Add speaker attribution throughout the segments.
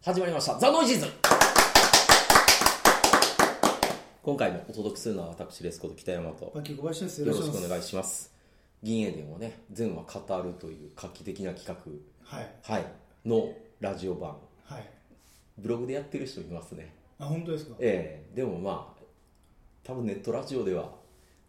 Speaker 1: 始まりました「ザ・ノイジーズ」今回もお届けするのは私レスコと北山とよ
Speaker 2: パンキー小林です。よ
Speaker 1: ろ
Speaker 2: ろし
Speaker 1: し
Speaker 2: く
Speaker 1: く
Speaker 2: お
Speaker 1: お
Speaker 2: 願
Speaker 1: 願
Speaker 2: い
Speaker 1: い
Speaker 2: し
Speaker 1: します銀英伝をね「善は語る」という画期的な企
Speaker 2: ます。はい。
Speaker 1: 画、はい、のラジオ版
Speaker 2: はい。
Speaker 1: ブログでやってる人いますね
Speaker 2: あ、本当ですか。
Speaker 1: ええでもまあ多分ネットラジオでは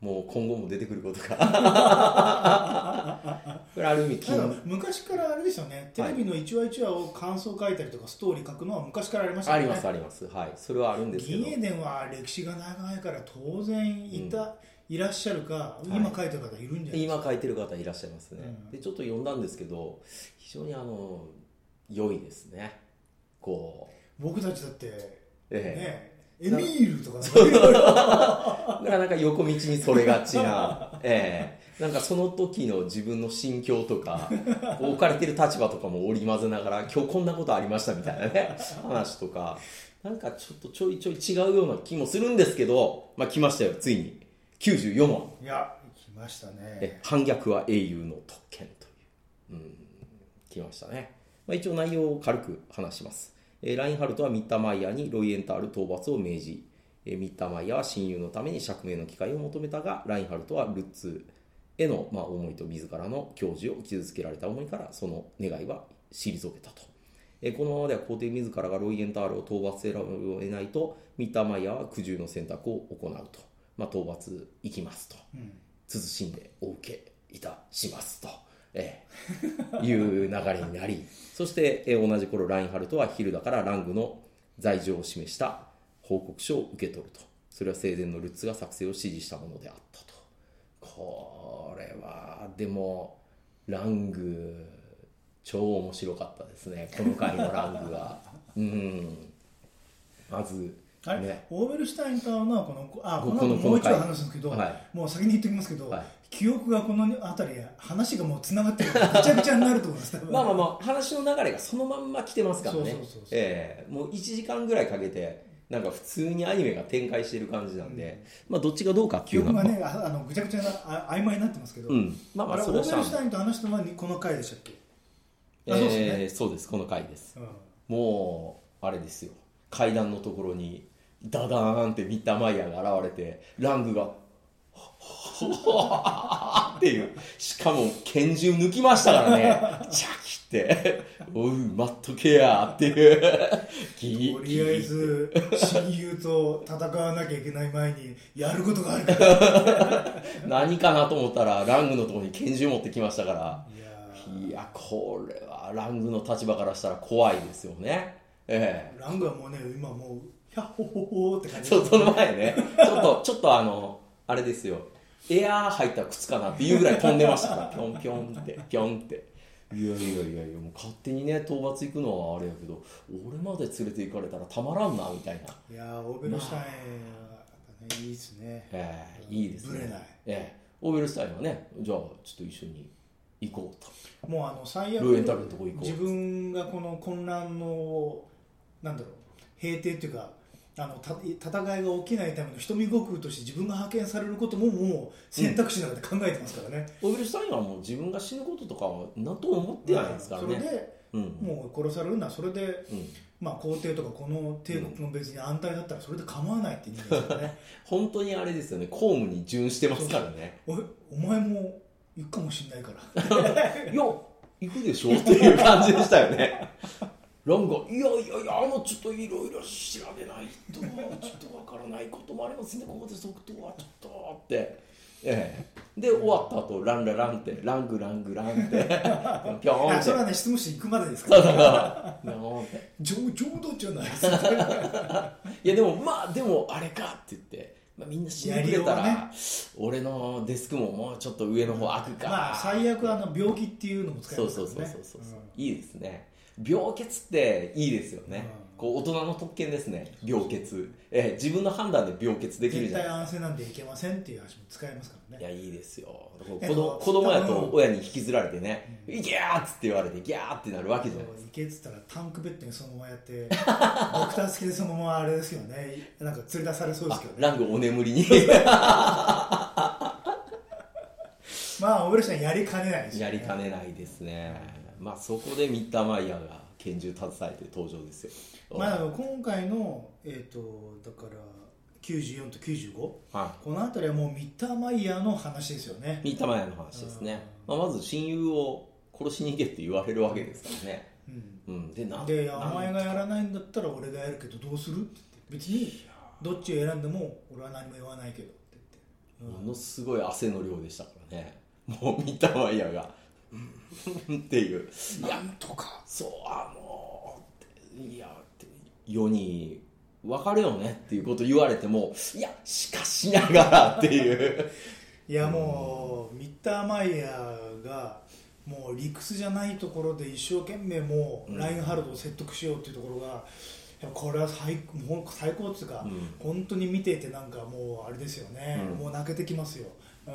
Speaker 1: もう今後も出てくること がこれある意味
Speaker 2: ただ
Speaker 1: 金
Speaker 2: 昔からあれですよね。テレビの一話一話を感想書いたりとか、ストーリー書くのは昔からありました
Speaker 1: あ
Speaker 2: よね。
Speaker 1: りますありますはいそれはあるんですけど
Speaker 2: 銀英伝は歴史が長いから、当然いた、いらっしゃるか、
Speaker 1: い
Speaker 2: 今書いてる方いるんじゃないですか。
Speaker 1: 今書いてる方いらっしゃいますね、
Speaker 2: うん
Speaker 1: でちょっと読んだんですけど非常にあの良いですねこう
Speaker 2: 僕たちだって、
Speaker 1: え
Speaker 2: ね、エミールとかね、
Speaker 1: えなかなか横道にそれがちな ええなんかその時の自分の心境と か置かれてる立場とかも織り交ぜながら今日こんなことありましたみたいな ね話とかなんかちょっとちょいちょい違うような気もするんですけどまあ来ましたよついに94話
Speaker 2: いや、来ました
Speaker 1: え
Speaker 2: ね。
Speaker 1: 反逆は英雄の特権という、うん、来ましたね、まあ、一応内容を軽く話します、えーラインハルトはミッターマイヤーにロイエンタール討伐を命じ、えーミッターマイヤーは親友のために釈明の機会を求めたがラインハルトはルッツへの、まあ、思いと自らの矜持を傷つけられた思いからその願いは退けたとえーこのままでは皇帝自らがロイエンタールを討伐せられを得ないとミッターマイヤーは苦渋の選択を行うと、まあ、討伐行きますと、
Speaker 2: うん
Speaker 1: 慎んでお受けいたしますと、ええいう流れになり そして、えー同じ頃ラインハルトはヒルダからラングの罪状を示した報告書を受け取るとそれは生前のルッツが作成を指示したものであったとこれはでもラング超面白かったですねこの回のラングはうんまず
Speaker 2: あれ、
Speaker 1: ね
Speaker 2: オーベルシュタインとはまあこのあ
Speaker 1: こ
Speaker 2: こ
Speaker 1: この
Speaker 2: の後もう
Speaker 1: この
Speaker 2: 一度
Speaker 1: 回
Speaker 2: 話すんですけど、
Speaker 1: はい
Speaker 2: もう先に言っておきますけど、
Speaker 1: はい
Speaker 2: 記憶がこの辺り話がもうつながってるからぐちゃぐちゃになると思います多分
Speaker 1: まあまあまあ話の流れがそのまんま来てますからね
Speaker 2: そうそうそうそう
Speaker 1: ええもう1時間ぐらいかけてなんか普通にアニメが展開してる感じなんで、まあどっちがどうかって
Speaker 2: 記
Speaker 1: いう
Speaker 2: 憶
Speaker 1: のは、
Speaker 2: がねああのぐちゃぐちゃなあ曖昧になってますけど、
Speaker 1: うんまあま
Speaker 2: あ
Speaker 1: あ
Speaker 2: れオ
Speaker 1: そ
Speaker 2: ー
Speaker 1: れは
Speaker 2: ベル
Speaker 1: し
Speaker 2: シ
Speaker 1: ゃあ
Speaker 2: ュ
Speaker 1: ない
Speaker 2: タインと話したのはこの回でしたっけ、
Speaker 1: え
Speaker 2: あそうです
Speaker 1: え
Speaker 2: ね、
Speaker 1: そうですこの回です
Speaker 2: うん
Speaker 1: もうあれですよ階段のところにダダーンってミッターマイヤーが現れてラングがっていうしかも拳銃抜きましたからねチャキっておう待っとけやっていう
Speaker 2: とりあえず親友と戦わなきゃいけない前にやることがあるから い
Speaker 1: 何かなと思ったらラングのところに拳銃持ってきましたから
Speaker 2: や
Speaker 1: いやこれはラングの立場からしたら怖いですよねええ
Speaker 2: ーラングはもうね今もうひゃっほほほって感じ
Speaker 1: そうその前ねちょっとちょっとあのあれですよエアー入った靴かなっていうぐらい飛んでましたからピョンピョンってピョンっていやいやいやいやもう勝手にね討伐行くのはあれやけど俺まで連れて行かれたらたまらんなみたいない
Speaker 2: やーオーベルシュタインはやっぱねいいですね
Speaker 1: ええいいですね
Speaker 2: ぶれない
Speaker 1: ええオーベルスタインはねじゃあちょっと一緒に行こうと
Speaker 2: もうあの最悪
Speaker 1: ルーエンタルのとこ行こう
Speaker 2: 自分がこの混乱のなんだろう平定っていうかあのた戦いが起きないための瞳悟空として自分が派遣されることももう選択肢の中で考えてますからね、
Speaker 1: オイルシュタインはもう自分が死ぬこととかは何とも思ってないですから
Speaker 2: それ
Speaker 1: ね。
Speaker 2: で
Speaker 1: うん
Speaker 2: もう殺されるのはそれで、
Speaker 1: うん
Speaker 2: まあ、皇帝とかこの帝国の別に安泰だったらそれで構わないって言うんですからね
Speaker 1: 本当にあれですよね、公務に準してますからね。
Speaker 2: おいお前も行くかもしれないから
Speaker 1: いや、行くでしょっていう感じでしたよね。ランが、いやいやいや、あの、ちょっといろいろ調べないと、ちょっとわからないこともありますね、ここで即答はちょっとって。ええ、で、終わった後、ランラランって、ラングラングランって、ピョーンって。
Speaker 2: あそれはね執務室行くまでですか
Speaker 1: そう
Speaker 2: ら
Speaker 1: そう そうピョーンって。
Speaker 2: 冗冗談じゃないですか
Speaker 1: いやでもまあでもあれかって言って、まあ、みんな死んでくれたら、
Speaker 2: やりようは
Speaker 1: 俺のデスクももうちょっと上の方開くか、
Speaker 2: まあ最悪あの病気っていうのも使え
Speaker 1: そう
Speaker 2: ます
Speaker 1: そ
Speaker 2: か
Speaker 1: う
Speaker 2: ら
Speaker 1: そうそう
Speaker 2: ね
Speaker 1: そう、いいですね病欠っていいですよね、
Speaker 2: うん
Speaker 1: こう大人の特権ですね病欠ええ自分の判断で病欠できる
Speaker 2: 絶
Speaker 1: じゃない
Speaker 2: 対
Speaker 1: ですか
Speaker 2: 安静なんでいけませんっていう話も使えますから
Speaker 1: い
Speaker 2: ね
Speaker 1: やいいですよ子供
Speaker 2: やあの
Speaker 1: 子供や
Speaker 2: 多
Speaker 1: と
Speaker 2: 分
Speaker 1: 親に引きずられてね「
Speaker 2: う
Speaker 1: いギャー!」っつって言われてギャーってなるわけじゃないですか
Speaker 2: 行けっつったらタンクベッドにそのままやって ドクター付きでそのままあれですよねなんか連れ出されそうです
Speaker 1: あ
Speaker 2: けどね
Speaker 1: ラングお眠りに
Speaker 2: まあオーベルシャンやりかねないし、
Speaker 1: やりかねないですね、まあそこでミッターマイヤーが拳銃携えて登場ですよ。
Speaker 2: まあ、あの今回の、えー、とだから94と95こ
Speaker 1: は
Speaker 2: の辺りはもうミッターマイヤーの話ですよね
Speaker 1: い、三田マヤの話ですね、まあ、まず親友を殺しに行けって言われるわけですからね、
Speaker 2: うん
Speaker 1: うん、でなん
Speaker 2: でい
Speaker 1: な
Speaker 2: や
Speaker 1: ん
Speaker 2: お前がやらないんだったら俺がやるけどどうするって言って別にどっちを選んでも俺は何も言わないけどって言って、
Speaker 1: ものすごい汗の量でしたからねもう三田マヤがうんっていう
Speaker 2: うん、なんとか
Speaker 1: そうあのいやって世に分かるよねっていうこと言われてもいやしかしながらっていう
Speaker 2: いやもうミッターマイヤーがもう理屈じゃないところで一生懸命もうラインハルトを説得しようっていうところが、いやこれは最もう最高っていうか、
Speaker 1: うん
Speaker 2: 本当に見ていてなんかもうあれですよね、
Speaker 1: うん
Speaker 2: もう泣けてきますよ、うん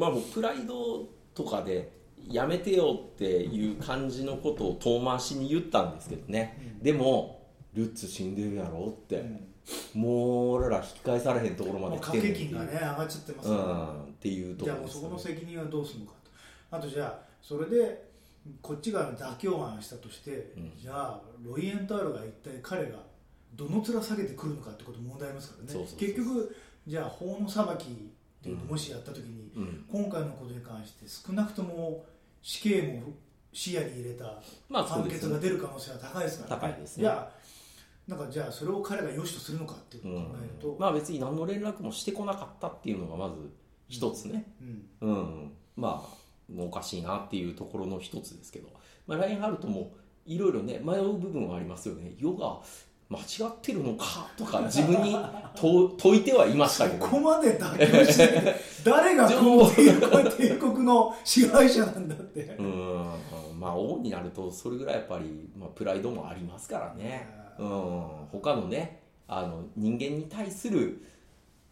Speaker 1: まあもうプライドとかでやめてよっていう感じのことを遠回しに言ったんですけどね、
Speaker 2: うん
Speaker 1: でもルッツ死んでるやろって、
Speaker 2: うん
Speaker 1: もう俺ら引き返されへんところま
Speaker 2: も
Speaker 1: で来
Speaker 2: う掛
Speaker 1: てる
Speaker 2: け
Speaker 1: ってい
Speaker 2: 金
Speaker 1: う
Speaker 2: がね上がっちゃってます
Speaker 1: う
Speaker 2: よ
Speaker 1: んっていうと
Speaker 2: じ
Speaker 1: ころ
Speaker 2: ゃあもう
Speaker 1: で
Speaker 2: そ
Speaker 1: す
Speaker 2: こ
Speaker 1: よ
Speaker 2: の
Speaker 1: ね
Speaker 2: 責任はどうするのかとあとじゃあそれでこっちが妥協案したとして、
Speaker 1: うん
Speaker 2: じゃあロイエンタールが一体彼がどの面下げてくるのかってことも問題ありますからね
Speaker 1: そうそうそう
Speaker 2: 結局じゃあ法の裁きっていうのをもしやった時に、
Speaker 1: うん
Speaker 2: 今回のことに関して少なくとも死刑も視野に入れた
Speaker 1: まあそう
Speaker 2: 判
Speaker 1: です
Speaker 2: 決
Speaker 1: よ
Speaker 2: が
Speaker 1: ね
Speaker 2: 出る可能性は高いですからね
Speaker 1: 高いですね
Speaker 2: じゃあなんかじゃあそれを彼が良しとするのかってい
Speaker 1: う
Speaker 2: うことを考えると、
Speaker 1: ん、まあ別に何の連絡もしてこなかったっていうのがまず一つね、
Speaker 2: うん
Speaker 1: うんまあもうおかしいなっていうところの一つですけど、まあ、ラインハルトもいろいろね迷う部分はありますよね世が間違ってるのかとか自分に問 う問いてはいまし
Speaker 2: そ
Speaker 1: たけど
Speaker 2: こまで妥協しないで誰がこういう帝国の支配者なんだって、
Speaker 1: うんまあ王になるとそれぐらいやっぱり、まあ、プライドもありますからね、
Speaker 2: う
Speaker 1: うん、他のねあの人間に対する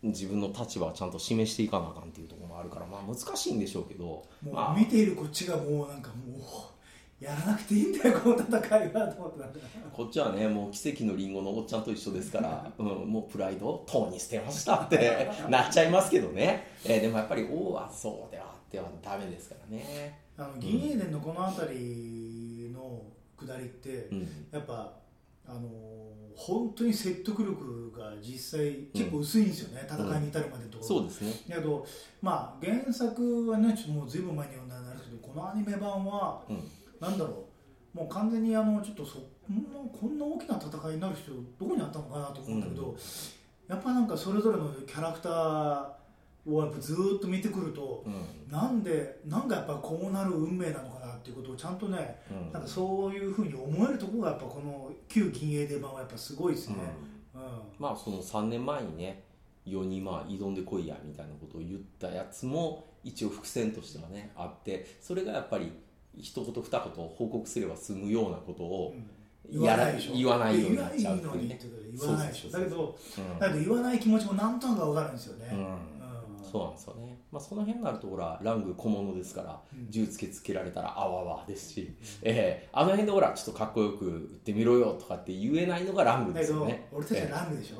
Speaker 1: 自分の立場をちゃんと示していかなあかんっていうところもあるから、まあ、難しいんでしょうけど、
Speaker 2: も
Speaker 1: ま
Speaker 2: う
Speaker 1: あ
Speaker 2: 見、ているこっちがもうなんかもうやらなくていいんだよこの戦いはと思ってなんか
Speaker 1: こっちはねもう奇跡のリンゴのおっちゃんと一緒ですから、うん、もうプライドを党に捨てましたって なっちゃいますけどね、えーでもやっぱり王はそうではってはダメですからね。
Speaker 2: あの銀英伝のこの辺りの下りって、
Speaker 1: うん
Speaker 2: やっぱあのー本当に説得力が実際結構薄いんですよね、
Speaker 1: ん
Speaker 2: 戦いに至るまでのところ、
Speaker 1: そうですね、
Speaker 2: だけどまあ原作はねちょっともうずいぶん前に読んだんですけどこのアニメ版は
Speaker 1: うん、
Speaker 2: なんだろう、もう完全にあのちょっとそこんなこんな大きな戦いになる人、どこにあったのかなと思うんだけど、
Speaker 1: う
Speaker 2: やっぱなんかそれぞれのキャラクターをやっぱずーっと見てくると、
Speaker 1: うん
Speaker 2: なんで、なんかやっぱこうなる運命なのかなっていうことをちゃんとね、
Speaker 1: うん
Speaker 2: なんかそういうふうに思えるところが、やっぱこの旧銀英伝版はやっぱすごいですね。
Speaker 1: うん
Speaker 2: うん
Speaker 1: まあその3年前にね世にまあ挑んでこいやみたいなことを言ったやつも一応伏線としてはねあってそれがやっぱり一言二言報告すれば済むようなことを
Speaker 2: うん
Speaker 1: やら言わないように
Speaker 2: 言
Speaker 1: な
Speaker 2: わ
Speaker 1: っ
Speaker 2: な
Speaker 1: ちゃう
Speaker 2: い
Speaker 1: って
Speaker 2: の
Speaker 1: いう
Speaker 2: にっ
Speaker 1: ね
Speaker 2: ていうか言わないでしょ
Speaker 1: そ
Speaker 2: だ
Speaker 1: う
Speaker 2: け
Speaker 1: そう
Speaker 2: ど
Speaker 1: うん
Speaker 2: だけど言わない気持ちもなんとなくわかるんですよね、
Speaker 1: うん
Speaker 2: うん
Speaker 1: そうなんですよね、まあ、その辺になるとほらラング小物ですから
Speaker 2: うん
Speaker 1: 銃つけつけられたらあわわですし、ええあの辺でほらちょっとかっこよく打ってみろよとかって言えないのがラング
Speaker 2: だ
Speaker 1: で
Speaker 2: け
Speaker 1: すよ
Speaker 2: ど
Speaker 1: ね、
Speaker 2: 俺たち
Speaker 1: え
Speaker 2: は
Speaker 1: え
Speaker 2: ラングでしょ、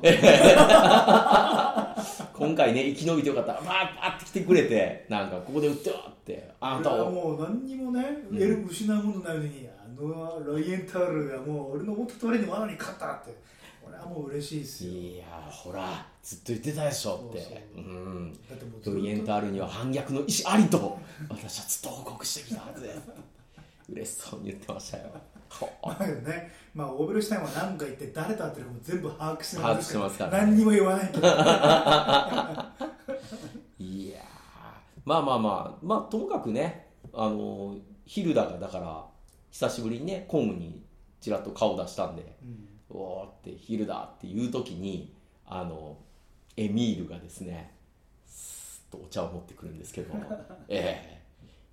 Speaker 1: 今回ね生き延びてよかったらバーッバーって来てくれてなんかここで打ってよってあんた
Speaker 2: 俺は
Speaker 1: を
Speaker 2: もう何にもね、
Speaker 1: うん
Speaker 2: 得る失うものないのにあのロイエンタールがもう俺の思った通りに罠に勝ったって俺はもう嬉しいですよ
Speaker 1: いやーほらずっと言ってたでしょって
Speaker 2: そう
Speaker 1: う
Speaker 2: そうんだってもうずっ
Speaker 1: ロ
Speaker 2: と
Speaker 1: イエンタールには反逆の意思ありと私はずっと報告してきたはずです嬉しそうに言ってましたよ
Speaker 2: まあね、まあ、オーベルシュタインは何か言って誰と会ってるかも全部把握して
Speaker 1: 把握してますから
Speaker 2: 何にも言わないけど
Speaker 1: いやーまあまあまあまあともかくねあのーヒルダがだから久しぶりにねコムにちらっと顔出したんで
Speaker 2: うん
Speaker 1: 「おー」って「ヒルダ」っていう時にあのエミールがですねスーッとお茶を持ってくるんですけど え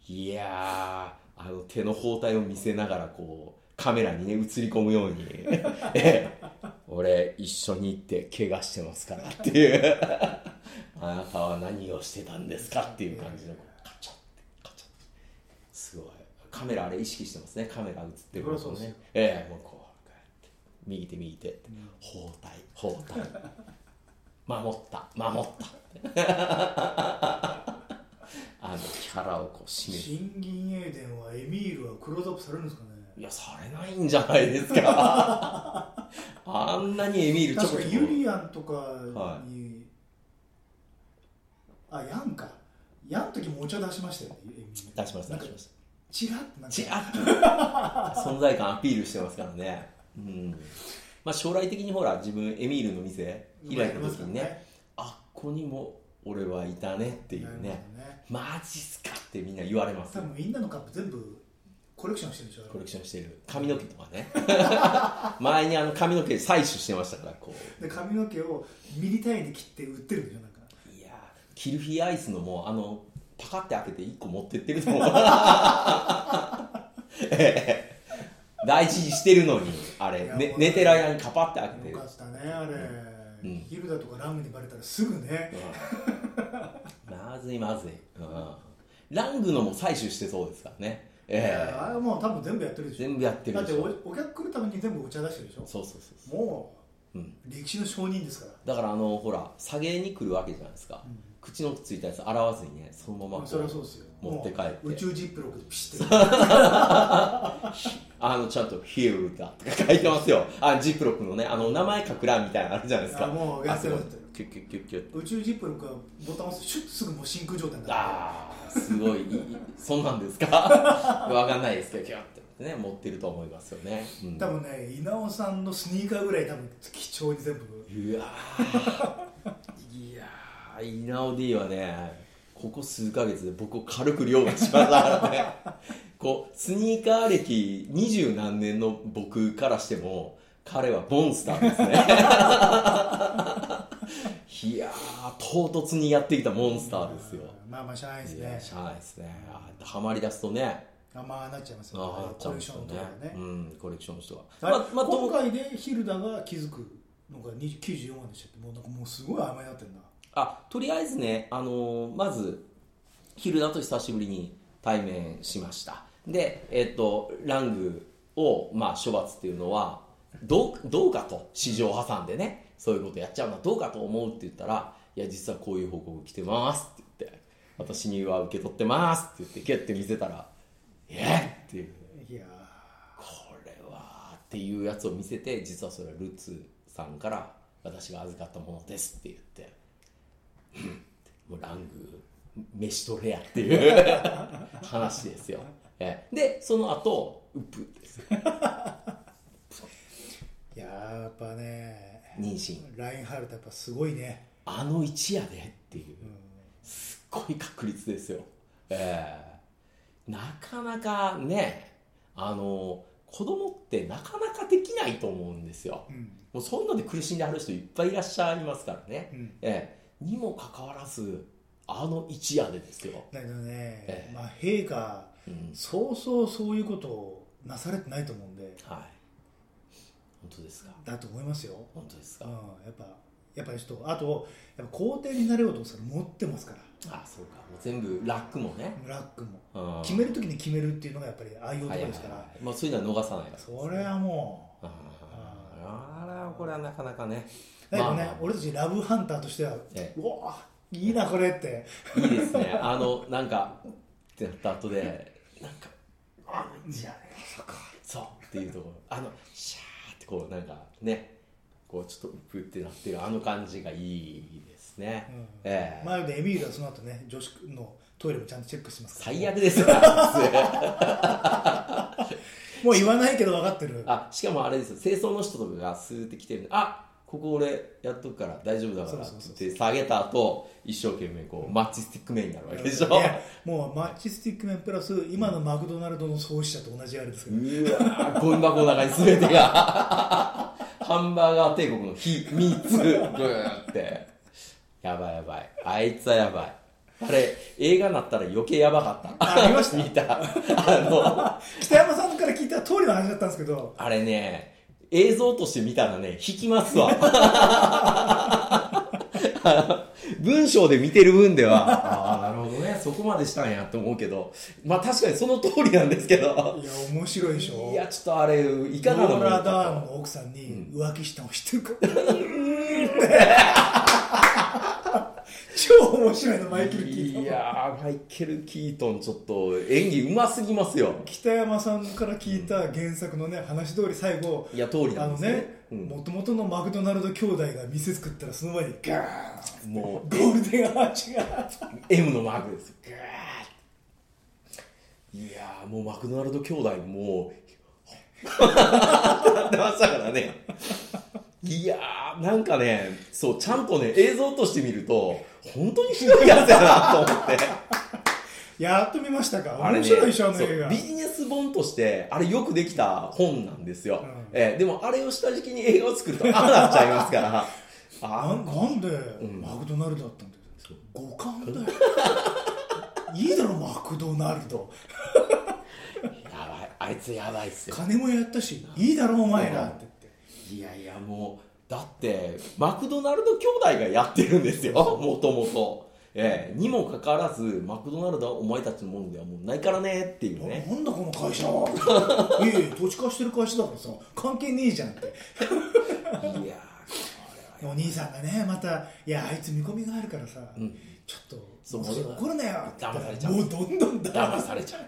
Speaker 1: えいやーあの手の包帯を見せながらこうカメラにね映り込むように 「ええ俺一緒に行って怪我してますから」っていう 「あなたは何をしてたんですか?」っていう感じのカチャってカチャってすごいカメラあれ意識してますねカメラ映ってるの
Speaker 2: そりゃそうです
Speaker 1: ね
Speaker 2: よ
Speaker 1: ええもうこうこうやって右手右手って包帯包帯守った守った あのキャラをこう示す
Speaker 2: 新銀英伝はエミールはクローズアップされるんですかね
Speaker 1: いや、されないんじゃないですか。あんなにエミールちょ
Speaker 2: 確
Speaker 1: こ
Speaker 2: か
Speaker 1: ちょ
Speaker 2: ユ
Speaker 1: こ。
Speaker 2: リアンとかに、あヤンかヤンの時もお茶出しましたよね
Speaker 1: 出しました、
Speaker 2: なん
Speaker 1: 出
Speaker 2: か
Speaker 1: しました。
Speaker 2: チラッとなん
Speaker 1: ち
Speaker 2: から
Speaker 1: っと存在感アピールしてますからね。うん。まあ、将来的にほら、自分、エミールの店開いた時にね、あっこにも俺はいたねって
Speaker 2: て
Speaker 1: いうね、マジっすかってみんな言われます
Speaker 2: 多。分みんなのカップ全部コレクションしてるでしょ
Speaker 1: コレクションしてる。髪の毛とかね。 前にあの髪の毛採取してましたから、こう。
Speaker 2: で髪の毛をミリ単位で切って売ってるんでしょなんか
Speaker 1: いやーキルフィアイスのもうあのパカって開けて1個持ってってると思う ええ大事にしてるのにあれ、
Speaker 2: いや
Speaker 1: ね
Speaker 2: も、う
Speaker 1: 寝てる間にカパって開けて
Speaker 2: よ
Speaker 1: る
Speaker 2: かったねあれ、
Speaker 1: うん
Speaker 2: ヒルダとかラムにバレたらすぐね
Speaker 1: うん まずいまずい、うん、ラングのも採取してそうですからね、ええ
Speaker 2: あれはもう多分全部やってるでしょ
Speaker 1: 全部やってる
Speaker 2: だっ
Speaker 1: で
Speaker 2: て
Speaker 1: しょ
Speaker 2: おお客来るために全部お茶出してるでしょ
Speaker 1: そうそうそうそ
Speaker 2: も
Speaker 1: う、う、
Speaker 2: うん歴史の証人ですから
Speaker 1: だからあのほら下げに来るわけじゃないですか、
Speaker 2: うん
Speaker 1: 口のついたやつ洗わずにねそのままこう
Speaker 2: それはそうですよ
Speaker 1: 持って帰って
Speaker 2: もう宇宙ジップロックでピシッて
Speaker 1: あの、ちゃんと Here だって書いてますよ。あ、ジップロックのね、あの、名前書く欄みたいなのあるじゃないですか。
Speaker 2: あもうやってる
Speaker 1: あそこキュッキュッキュッキュッって。
Speaker 2: 宇宙ジップロックはボタンを押すとシュッとすぐもう真空状態にな
Speaker 1: あー、すごい、いいそんなんですか わかんないですけど、キュッてね、持ってると思いますよね。う
Speaker 2: る
Speaker 1: ん
Speaker 2: 多分ね稲尾さんのスニーカーぐらい多分貴重に全部
Speaker 1: うわー いやー、稲尾 D はね、ここ数ヶ月で僕を軽く凌駕しましたから ね。こう、スニーカー歴二十何年の僕からしても、彼はモンスターで すね。いやー、唐突にやってきたモンスターですよ。
Speaker 2: まあまあしゃあないです
Speaker 1: いや、
Speaker 2: ね
Speaker 1: しゃあないですね。あーハマり出すとね、
Speaker 2: あまあなっちゃいますよ
Speaker 1: ああ、なっちゃ
Speaker 2: コ
Speaker 1: う
Speaker 2: レ
Speaker 1: んで
Speaker 2: ク
Speaker 1: す
Speaker 2: シ
Speaker 1: よ
Speaker 2: ョンと
Speaker 1: ね
Speaker 2: かね。
Speaker 1: うん、コレクションしては。
Speaker 2: あれ
Speaker 1: まあ、どう
Speaker 2: 今回でヒルダが気づくのが20 94話でしたっけもうなんかもうすごい甘えになってんな
Speaker 1: あとりあえずね、あのーまず昼だと久しぶりに対面しましたでえっ、とラングを、まあ、処罰っていうのはどうどうかと市場を挟んでねそういうことやっちゃうのはどうかと思うって言ったら「いや実はこういう報告来てます」って言って「私には受け取ってます」って言ってキュッて見せたら「えっ!」っていう
Speaker 2: いや
Speaker 1: これはっていうやつを見せて実はそれはルツさんから私が預かったものですって言って うんもうラング飯とレアっていう 話ですよええでその後ウプです
Speaker 2: ーいやーやっぱね
Speaker 1: 妊娠
Speaker 2: ラインハルトやっぱすごいね
Speaker 1: あの一夜でっていう
Speaker 2: うん
Speaker 1: すっごい確率ですよええなかなかねあの子供ってなかなかできないと思うんですよ
Speaker 2: うん
Speaker 1: もうそういうので苦しんである人いっぱいいらっしゃいますからね、
Speaker 2: うん
Speaker 1: ええ、にもかかわらずあの一夜でですよ、
Speaker 2: だけどね、
Speaker 1: ええ
Speaker 2: まあ、陛下、
Speaker 1: うん
Speaker 2: そうそうそういうことをなされてないと思うんで、
Speaker 1: はい本当ですか
Speaker 2: だと思いますよ、
Speaker 1: 本当です
Speaker 2: う
Speaker 1: か、
Speaker 2: ん、やっぱ、やっぱりちょっと、あと、やっぱ皇帝になれようとそれ持ってますから、
Speaker 1: あそうかもう全部ラックもね、
Speaker 2: ラックも、
Speaker 1: うん、
Speaker 2: 決めるときに決めるっていうのがやっぱり、ああいう
Speaker 1: はいは
Speaker 2: 男
Speaker 1: い
Speaker 2: で
Speaker 1: は
Speaker 2: す
Speaker 1: い
Speaker 2: から、
Speaker 1: はいまあ、そういうのは逃さないから
Speaker 2: それはも
Speaker 1: あああらこれはなかなかね
Speaker 2: う、だけどね、
Speaker 1: まあ
Speaker 2: 俺たちラブハンターとしては、
Speaker 1: え
Speaker 2: うわいいな、これって、
Speaker 1: いいですねあのなんかってなった後でなんかあじゃあねそこそうっていうところあのシャーってこうなんかねこうちょっとプってなってるあの感じがいいですね、
Speaker 2: うん
Speaker 1: ええ
Speaker 2: まあでエミールはその後ね、女子のトイレもちゃんとチェックしてますから、
Speaker 1: 最悪ですよあ
Speaker 2: もう言わないけど分かってる、
Speaker 1: しかもあれですよ清掃の人とかがスーって来てるんであここ俺やっとくから大丈夫だからって
Speaker 2: そうそう
Speaker 1: 言って下げた後一生懸命こうマッチスティック目になるわけでしょ、
Speaker 2: ねもうマッチスティックメンプラス今のマクドナルドの創始者と同じあれ ですけど、
Speaker 1: うわーゴミ箱の中に全てが ハンバーガー帝国の秘密グーってやばいやばいあいつはやばいあれ映画になったら余計やばかった
Speaker 2: あ見ました
Speaker 1: 見たあの
Speaker 2: 北山さんから聞いた通りの話だったんですけど
Speaker 1: あれね映像として見たらね引きますわ あの文章で見てる分ではああなるほどねそこまでしたんやと思うけどまあ確かにその通りなんですけど
Speaker 2: いや面白いでしょ
Speaker 1: いやちょっとあれいかがなも
Speaker 2: ロー
Speaker 1: のか
Speaker 2: ラー
Speaker 1: と
Speaker 2: ダーンの奥さんに浮気したの知ってるか、うーんって 超面白いのマイケル・キートン
Speaker 1: いやーマイケル・キートンちょっと演技うますぎますよ
Speaker 2: 北山さんから聞いた原作のね話通り最後
Speaker 1: いや通り
Speaker 2: あ
Speaker 1: なん
Speaker 2: の
Speaker 1: ですね
Speaker 2: ね
Speaker 1: うん
Speaker 2: もともとのマクドナルド兄弟が店作ったらその前にガーン
Speaker 1: もう
Speaker 2: ゴールデンアーチが
Speaker 1: M のマークですぐわーっていやーもうマクドナルド兄弟も うなってましたからねいやーなんかねそうちゃんとね映像として見ると本当にひどいやつやなと思って
Speaker 2: やっと見ましたか
Speaker 1: あれ
Speaker 2: 面
Speaker 1: ね
Speaker 2: 白いでしょあの
Speaker 1: そう
Speaker 2: 映画
Speaker 1: ビジネス本としてあれよくできた本なんですよ、
Speaker 2: うん
Speaker 1: えーでもあれを下敷きに映画を作るとああなっちゃいます から
Speaker 2: な
Speaker 1: あ
Speaker 2: んなんで
Speaker 1: ん
Speaker 2: マクドナルドだったんだよ五感だよ いいだろマクドナルド
Speaker 1: やばいあいつやばいっすよ
Speaker 2: 金もやったしいいだろお前らって言って
Speaker 1: いやいやもうだってマクドナルド兄弟がやってるんですよもともと、ええにもかかわらずマクドナルドはお前たちのものではもうないからねっていうね
Speaker 2: なんだこの会社 はいやいや土地貸してる会社だからさ関係ねえじゃんって
Speaker 1: いやーこれは
Speaker 2: お兄さんがねまた「いやあいつ見込みがあるからさ、
Speaker 1: ん
Speaker 2: ちょっと
Speaker 1: そう
Speaker 2: もうそれ
Speaker 1: 俺は
Speaker 2: 怒るなよ」って言った
Speaker 1: 騙され
Speaker 2: ら
Speaker 1: ちゃう
Speaker 2: もうどんどんだ
Speaker 1: 騙されちゃう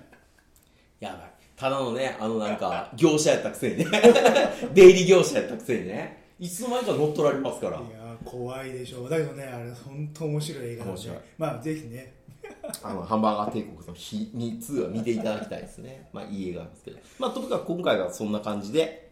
Speaker 1: やばいただのねあのなん か業者やったくせにね出入り業者やったくせにねいつの間にか乗っ取られますから
Speaker 2: いや怖いでしょうだけどねあれ本当面白い映画なん
Speaker 1: 面
Speaker 2: で
Speaker 1: 白い
Speaker 2: まあぜひね
Speaker 1: あのハンバーガー帝国の日に2は見ていただきたいですね。 まあいい映画なんですけど。まあとにかく今回はそんな感じで、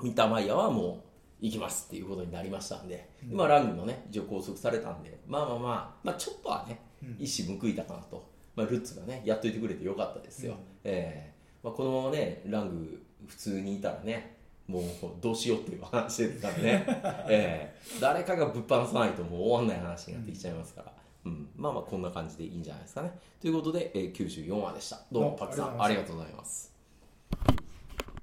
Speaker 1: 三田マイヤはもう行きますっていうことになりましたんで、今ラングもね、一応拘束されたんで、まあまあまあ、まあちょっとはね、一矢報いたかなと。まあルッツがね、やっといてくれてよかったですよ。
Speaker 2: うん
Speaker 1: ええまあこのままね、ラング普通にいたらね、もうどうしようっていう話ですから ね、ええ誰かがぶっ放さないともう終わんない話になってきちゃいますから、うんまあまあこんな感じでいいんじゃないですかねということで、えー94話でしたどうも
Speaker 2: あ
Speaker 1: パクさんあ
Speaker 2: あ
Speaker 1: り
Speaker 2: り
Speaker 1: がとうございます